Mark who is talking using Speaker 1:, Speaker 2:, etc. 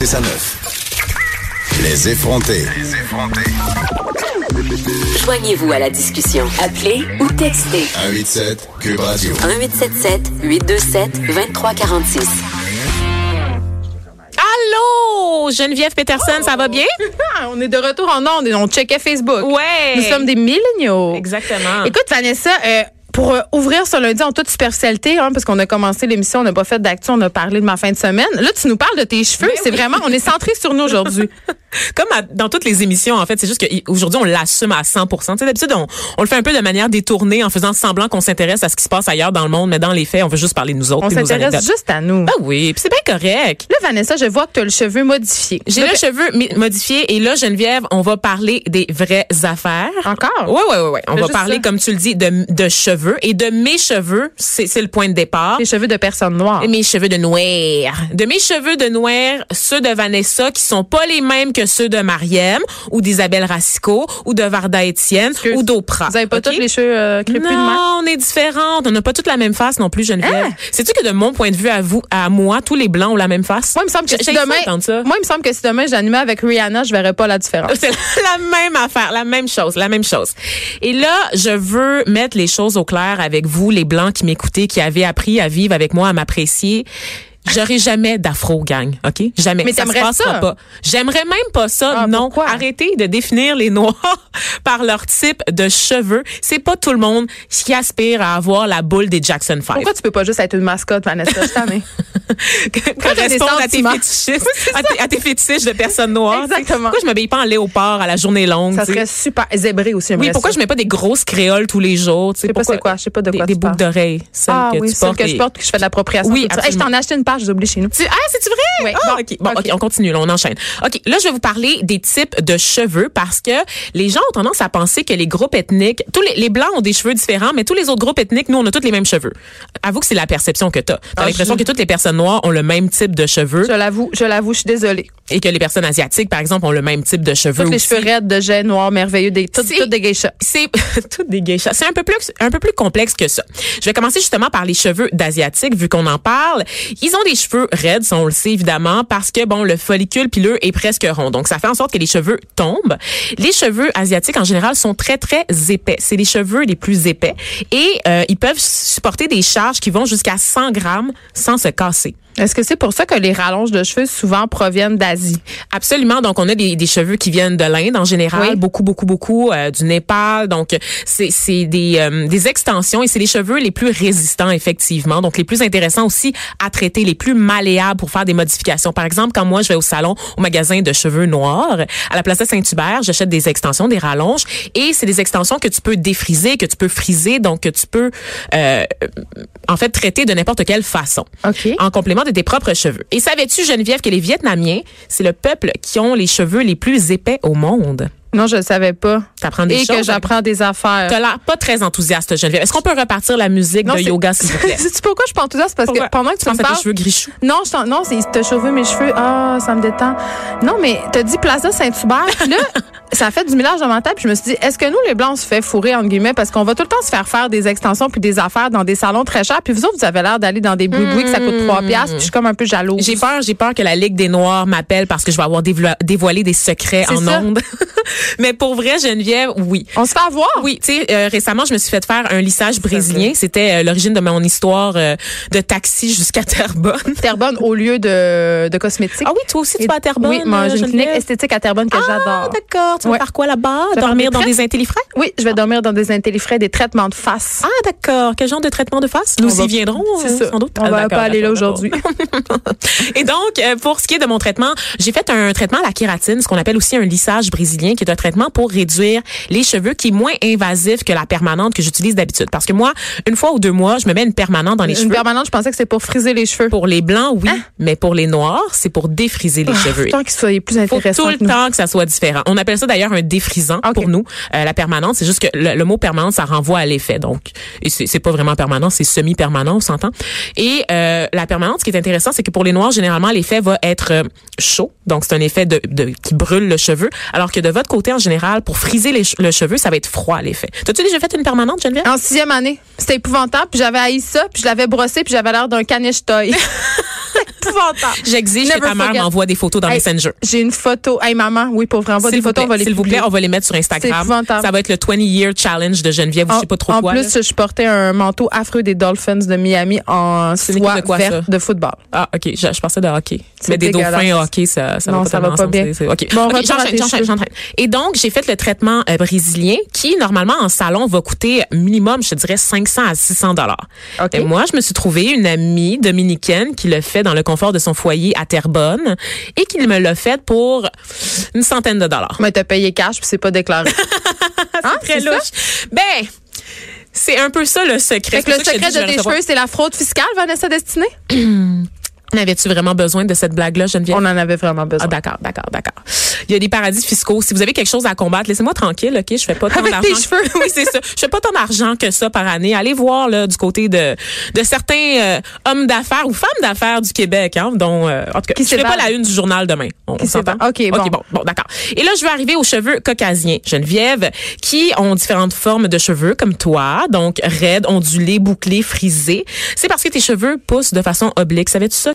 Speaker 1: C'est à neuf. Les effrontés.
Speaker 2: Joignez-vous à la discussion. Appelez ou textez
Speaker 1: 187 Cube Radio.
Speaker 2: 1877 827 2346.
Speaker 3: Allô, Geneviève Peterson, ça va bien?
Speaker 4: Oh! on est de retour en ondes et on checkait Facebook.
Speaker 3: Ouais.
Speaker 4: Nous sommes des milléniaux.
Speaker 3: Exactement.
Speaker 4: Écoute, Vanessa, euh, pour euh, ouvrir ce lundi en toute superficialité, hein, parce qu'on a commencé l'émission, on n'a pas fait d'actu, on a parlé de ma fin de semaine. Là, tu nous parles de tes
Speaker 3: Ben
Speaker 4: cheveux. C'est vraiment, on est centré sur nous aujourd'hui.
Speaker 3: Comme à- dans toutes les émissions, en fait, c'est juste qu'aujourd'hui, on l'assume à 100 Tu sais, d'habitude, on, on le fait un peu de manière détournée en faisant semblant qu'on s'intéresse à ce qui se passe ailleurs dans le monde, mais dans les faits, on veut juste parler de nous autres.
Speaker 4: On
Speaker 3: et de nos
Speaker 4: s'intéresse
Speaker 3: anecdotes.
Speaker 4: juste à nous.
Speaker 3: Ben oui, puis c'est bien correct.
Speaker 4: Là, Vanessa, je vois que tu as le cheveu modifié.
Speaker 3: J'ai le cheveu mi- modifié et là, Geneviève, on va parler des vraies affaires.
Speaker 4: Encore?
Speaker 3: Oui, oui, oui. On
Speaker 4: C'est
Speaker 3: va
Speaker 4: juste
Speaker 3: parler,
Speaker 4: ça.
Speaker 3: comme tu le dis, de, de cheveux et de mes cheveux. C'est c'est le point de départ.
Speaker 4: Les cheveux de personnes noires.
Speaker 3: Et mes cheveux de noir. De mes cheveux de noir, ceux de Vanessa qui sont pas les mêmes que ceux de Mariem ou d'Isabelle Racicot ou de Varda Étienne
Speaker 4: Excuse.
Speaker 3: ou d'Oprah.
Speaker 4: Vous avez pas
Speaker 3: OK?
Speaker 4: tous les cheveux euh, crépus de même? Hein?
Speaker 3: non, on est différentes. On n'a pas toutes la même face non plus, Geneviève. Sais-tu que de mon point de vue à vous, à moi, tous les blancs ont la même face?
Speaker 4: Moi, il me semble que
Speaker 3: J'ai-
Speaker 4: si
Speaker 3: j'ai
Speaker 4: demain,
Speaker 3: entendu ça.
Speaker 4: moi, il me semble que si demain j'animais avec Rihanna, je verrais pas la différence.
Speaker 3: C'est la même affaire, la même chose, la même chose. Et là, je veux mettre les choses au clair avec vous, les blancs qui m'écoutez, qui avez appris à vivre avec moi, à m'apprécier. J'aurai jamais d'afro gang, ok Jamais.
Speaker 4: Mais
Speaker 3: ça se
Speaker 4: t'aimerais
Speaker 3: passera
Speaker 4: ça?
Speaker 3: pas. J'aimerais même pas ça.
Speaker 4: Ah,
Speaker 3: non.
Speaker 4: pourquoi?
Speaker 3: Arrêtez de définir les noirs par leur type de cheveux. C'est pas tout le monde qui aspire à avoir la boule des Jackson 5.
Speaker 4: Pourquoi tu peux pas juste être une mascotte, Vanessa? Je t'en ai. t'as des
Speaker 3: correspondre à tes
Speaker 4: sentiments?
Speaker 3: fétichistes, à, tes, à tes fétiches de personnes noires. tu sais.
Speaker 4: Exactement.
Speaker 3: Pourquoi je m'habille pas en léopard à la journée longue
Speaker 4: Ça
Speaker 3: tu
Speaker 4: serait
Speaker 3: sais?
Speaker 4: super zébré aussi.
Speaker 3: Oui, pourquoi je mets pas des grosses créoles tous les jours? Tu sais
Speaker 4: sais pas
Speaker 3: pourquoi-
Speaker 4: c'est quoi, je sais pas de
Speaker 3: des,
Speaker 4: quoi
Speaker 3: des
Speaker 4: tu
Speaker 3: boucles
Speaker 4: parles.
Speaker 3: d'oreilles, celles
Speaker 4: Ah
Speaker 3: que
Speaker 4: oui,
Speaker 3: tu
Speaker 4: celle
Speaker 3: portes.
Speaker 4: que
Speaker 3: et-
Speaker 4: je porte, que je fais de l'appropriation.
Speaker 3: Oui,
Speaker 4: tout ça. Hey, je
Speaker 3: absolument.
Speaker 4: t'en ai acheté une page, j'ai oublié chez nous.
Speaker 3: Tu- Ah, c'est-tu
Speaker 4: Oui.
Speaker 3: vrai? Ah,
Speaker 4: Bon.
Speaker 3: OK. Bon,
Speaker 4: OK.
Speaker 3: OK, on continue, là, on enchaîne. OK, là, je vais vous parler des types de cheveux parce que les gens ont tendance à penser que les groupes ethniques, tous les, les Blancs ont des cheveux différents, mais tous les autres groupes ethniques, nous, on a tous les mêmes cheveux. Avoue que c'est la perception que t'as. T'as
Speaker 4: Ah,
Speaker 3: l'impression
Speaker 4: je-
Speaker 3: que toutes les personnes noires ont le même type de cheveux
Speaker 4: Je l'avoue, je l'avoue, je suis désolée.
Speaker 3: et que les personnes asiatiques, par exemple, ont le même type de cheveux
Speaker 4: Toutes les
Speaker 3: aussi.
Speaker 4: cheveux raides de jet noir merveilleux, des, toutes,
Speaker 3: Si.
Speaker 4: toutes des geishas.
Speaker 3: c'est tout des geishas. C'est un peu plus un peu plus complexe que ça. Je vais commencer justement par les cheveux d'asiatiques vu qu'on en parle. Ils ont des cheveux raides, ça, on le sait évidemment parce que bon le follicule pileux est presque rond. Donc ça fait en sorte que les cheveux tombent. Les cheveux asiatiques en général sont très très épais. C'est les cheveux les plus épais et euh, ils peuvent supporter des charges qui vont jusqu'à 100 grammes sans se casser.
Speaker 4: Est-ce que c'est pour ça que les rallonges de cheveux souvent proviennent d'Asie?
Speaker 3: Absolument. Donc, on a des, des cheveux qui viennent de l'Inde en général,
Speaker 4: Oui.
Speaker 3: beaucoup, beaucoup, beaucoup, euh, du Népal. Donc, c'est c'est des, euh, des extensions et c'est les cheveux les plus résistants, effectivement. Donc, les plus intéressants aussi à traiter, les plus malléables pour faire des modifications. Par exemple, quand moi, je vais au salon, au magasin de cheveux noirs, à la place de Saint-Hubert, j'achète des extensions, des rallonges et c'est des extensions que tu peux défriser, que tu peux friser, donc que tu peux, euh, en fait, traiter de n'importe quelle façon
Speaker 4: OK.
Speaker 3: en complément de tes propres cheveux. Et savais-tu, Geneviève, que les Vietnamiens, c'est le peuple qui ont les cheveux les plus épais au monde?
Speaker 4: Non, je le savais pas.
Speaker 3: T'apprends des
Speaker 4: Et
Speaker 3: choses.
Speaker 4: que j'apprends des affaires.
Speaker 3: T'as l'air pas très enthousiaste, Geneviève. Est-ce qu'on peut repartir la musique de
Speaker 4: c'est-
Speaker 3: yoga, s'il vous plaît?
Speaker 4: Sais-tu pourquoi je pense tout ça? C'est parce
Speaker 3: Pourquoi?
Speaker 4: que pendant que tu,
Speaker 3: penses
Speaker 4: me
Speaker 3: à
Speaker 4: parles.
Speaker 3: tes cheveux grichous.
Speaker 4: Non, je t'en- non, c'est te cheveux, mes cheveux. Ah, ça me détend. Non, mais t'as dit Plaza Saint-Hubert. Puis là, ça a fait du mélange dans ma tête. Puis je me suis dit, est-ce que nous, les Blancs, on se fait fourrer, entre guillemets, parce qu'on va tout le temps se faire faire des extensions puis des affaires dans des salons très chers. Puis vous autres, vous avez l'air d'aller dans des boui-boui que ça coûte 3 piastres. Puis je suis comme un peu jalouse.
Speaker 3: Hmm. J'ai peur, j'ai peur que la Ligue des Noirs m'appelle parce que je vais avoir dévoi- dévoilé des secrets
Speaker 4: C'est
Speaker 3: en
Speaker 4: ça.
Speaker 3: ondes. Mais pour vrai, Geneviève, oui.
Speaker 4: On se fait avoir.
Speaker 3: Oui, tu sais, euh, récemment, je me suis fait faire un lissage brésilien. C'était euh, l'origine de mon histoire euh, de taxi jusqu'à Terrebonne.
Speaker 4: Terrebonne au lieu de, de cosmétiques.
Speaker 3: Ah oui, toi aussi, tu vas à Terrebonne?
Speaker 4: Oui, moi, j'ai une
Speaker 3: Geneviève?
Speaker 4: clinique esthétique à Terrebonne que
Speaker 3: Ah,
Speaker 4: j'adore.
Speaker 3: d'accord. Tu vas
Speaker 4: Ouais.
Speaker 3: faire quoi là-bas?
Speaker 4: Je vais faire
Speaker 3: Dormir
Speaker 4: des
Speaker 3: dans
Speaker 4: traites.
Speaker 3: des intellifrais?
Speaker 4: Oui, je vais dormir dans des intellifrais, des traitements de face.
Speaker 3: Ah, d'accord. Quel genre de traitement de face?
Speaker 4: On
Speaker 3: Nous
Speaker 4: va-
Speaker 3: y viendrons,
Speaker 4: C'est
Speaker 3: euh,
Speaker 4: ça.
Speaker 3: sans doute.
Speaker 4: On
Speaker 3: Ah,
Speaker 4: va
Speaker 3: d'accord,
Speaker 4: pas aller là
Speaker 3: d'accord, d'accord.
Speaker 4: aujourd'hui.
Speaker 3: Et donc, euh, pour ce qui est de mon traitement, j'ai fait un traitement à la kératine, ce qu'on appelle aussi un lissage brésilien, qui est un traitement pour réduire les cheveux, qui est moins invasif que la permanente que j'utilise d'habitude. Parce que moi, une fois ou deux mois, je me mets une Hein? permanente dans les
Speaker 4: Une
Speaker 3: cheveux.
Speaker 4: permanente, je pensais que c'est pour friser les cheveux.
Speaker 3: Pour les blancs, oui, mais pour les noirs, c'est pour défriser les cheveux.
Speaker 4: Tant qu'ils soient plus
Speaker 3: faut
Speaker 4: intéressants.
Speaker 3: tout le
Speaker 4: que nous.
Speaker 3: temps que ça soit différent. On appelle ça d'ailleurs un défrisant
Speaker 4: Ok.
Speaker 3: pour nous. Euh, la permanence, c'est juste que le, le mot permanence, ça renvoie à l'effet. Donc, et c'est c'est pas vraiment permanent, c'est semi-permanent, on s'entend. Et euh, la permanence, ce qui est intéressant, c'est que pour les noirs, généralement, l'effet va être euh, chaud. Donc, c'est un effet de, de- qui brûle le cheveu. Alors que de votre côté, en général, pour friser les che- le cheveu, ça va être froid l'effet. T'as-tu déjà fait une permanente, Geneviève?
Speaker 4: En sixième année. C'était épouvantable, puis j'avais haï ça, puis je l'avais brossé, puis j'avais l'air d'un caniche toy. épouvantable.
Speaker 3: J'exige que
Speaker 4: Never
Speaker 3: ta mère
Speaker 4: forget.
Speaker 3: m'envoie des photos dans
Speaker 4: Hey,
Speaker 3: Messenger.
Speaker 4: J'ai une photo. Hey, maman, oui, pour vrai, envoie
Speaker 3: S'il
Speaker 4: des
Speaker 3: vous
Speaker 4: photos,
Speaker 3: plaît,
Speaker 4: on va les
Speaker 3: S'il vous
Speaker 4: publier.
Speaker 3: plaît, on va les mettre sur Instagram.
Speaker 4: épouvantable.
Speaker 3: Ça va être le 20 Year Challenge de Geneviève, ou je sais pas trop
Speaker 4: en
Speaker 3: quoi. là.
Speaker 4: plus, je portais un manteau affreux des Dolphins de Miami en
Speaker 3: C'est une équipe
Speaker 4: soie
Speaker 3: de quoi,
Speaker 4: verte
Speaker 3: ça?
Speaker 4: de football.
Speaker 3: Ah, OK. Je, je pensais de hockey.
Speaker 4: C'est
Speaker 3: Mais des
Speaker 4: dégueulasse.
Speaker 3: dauphins hockey, ça, ça
Speaker 4: Non,
Speaker 3: va
Speaker 4: ça
Speaker 3: pas
Speaker 4: va
Speaker 3: tellement
Speaker 4: pas
Speaker 3: ensemble,
Speaker 4: bien.
Speaker 3: c'est- c'est- OK.
Speaker 4: Bon,
Speaker 3: OK,
Speaker 4: retour à
Speaker 3: j'enchaîne,
Speaker 4: tes
Speaker 3: j'enchaîne,
Speaker 4: cheveux.
Speaker 3: j'enchaîne. Et donc, j'ai fait le traitement euh, brésilien qui, normalement, en salon, va coûter minimum, je te dirais, 500 à 600 dollars.
Speaker 4: OK.
Speaker 3: Et moi, je me suis trouvé une amie dominicaine qui le fait dans le confort de son foyer à Terrebonne et qui me l'a fait pour une centaine de dollars.
Speaker 4: Mais t'as payé cash puis c'est pas déclaré. Hein,
Speaker 3: très
Speaker 4: c'est ça?
Speaker 3: louche. Ben, c'est un peu ça le
Speaker 4: Fait
Speaker 3: secret.
Speaker 4: que
Speaker 3: C'est
Speaker 4: le
Speaker 3: pour ça je
Speaker 4: secret
Speaker 3: te dis, je
Speaker 4: de
Speaker 3: vais
Speaker 4: tes
Speaker 3: le
Speaker 4: cheveux, c'est la fraude fiscale, Vanessa Destinée?
Speaker 3: N'avais-tu vraiment besoin de cette blague-là, Geneviève?
Speaker 4: On en avait vraiment besoin.
Speaker 3: Ah, d'accord, d'accord, d'accord. Il y a des paradis fiscaux. Si vous avez quelque chose à combattre, laissez-moi tranquille, OK? Je fais pas tant
Speaker 4: Avec
Speaker 3: d'argent.
Speaker 4: tes cheveux,
Speaker 3: oui, c'est ça. Je fais pas tant d'argent que ça par année. Allez voir, là, du côté de, de certains euh, hommes d'affaires ou femmes d'affaires du Québec, hein, dont, euh, en tout cas,
Speaker 4: Qui
Speaker 3: je ferai pas
Speaker 4: s'évadent.
Speaker 3: la une du journal demain. On
Speaker 4: Qui
Speaker 3: s'entend?
Speaker 4: s'évadent. OK, bon.
Speaker 3: OK, bon, bon, d'accord. Et là, je vais arriver aux cheveux caucasiens, Geneviève, qui ont différentes formes de cheveux, comme toi. Donc, raides, ondulés, bouclés, frisés. C'est parce que tes cheveux poussent de façon oblique. Savais-tu ça?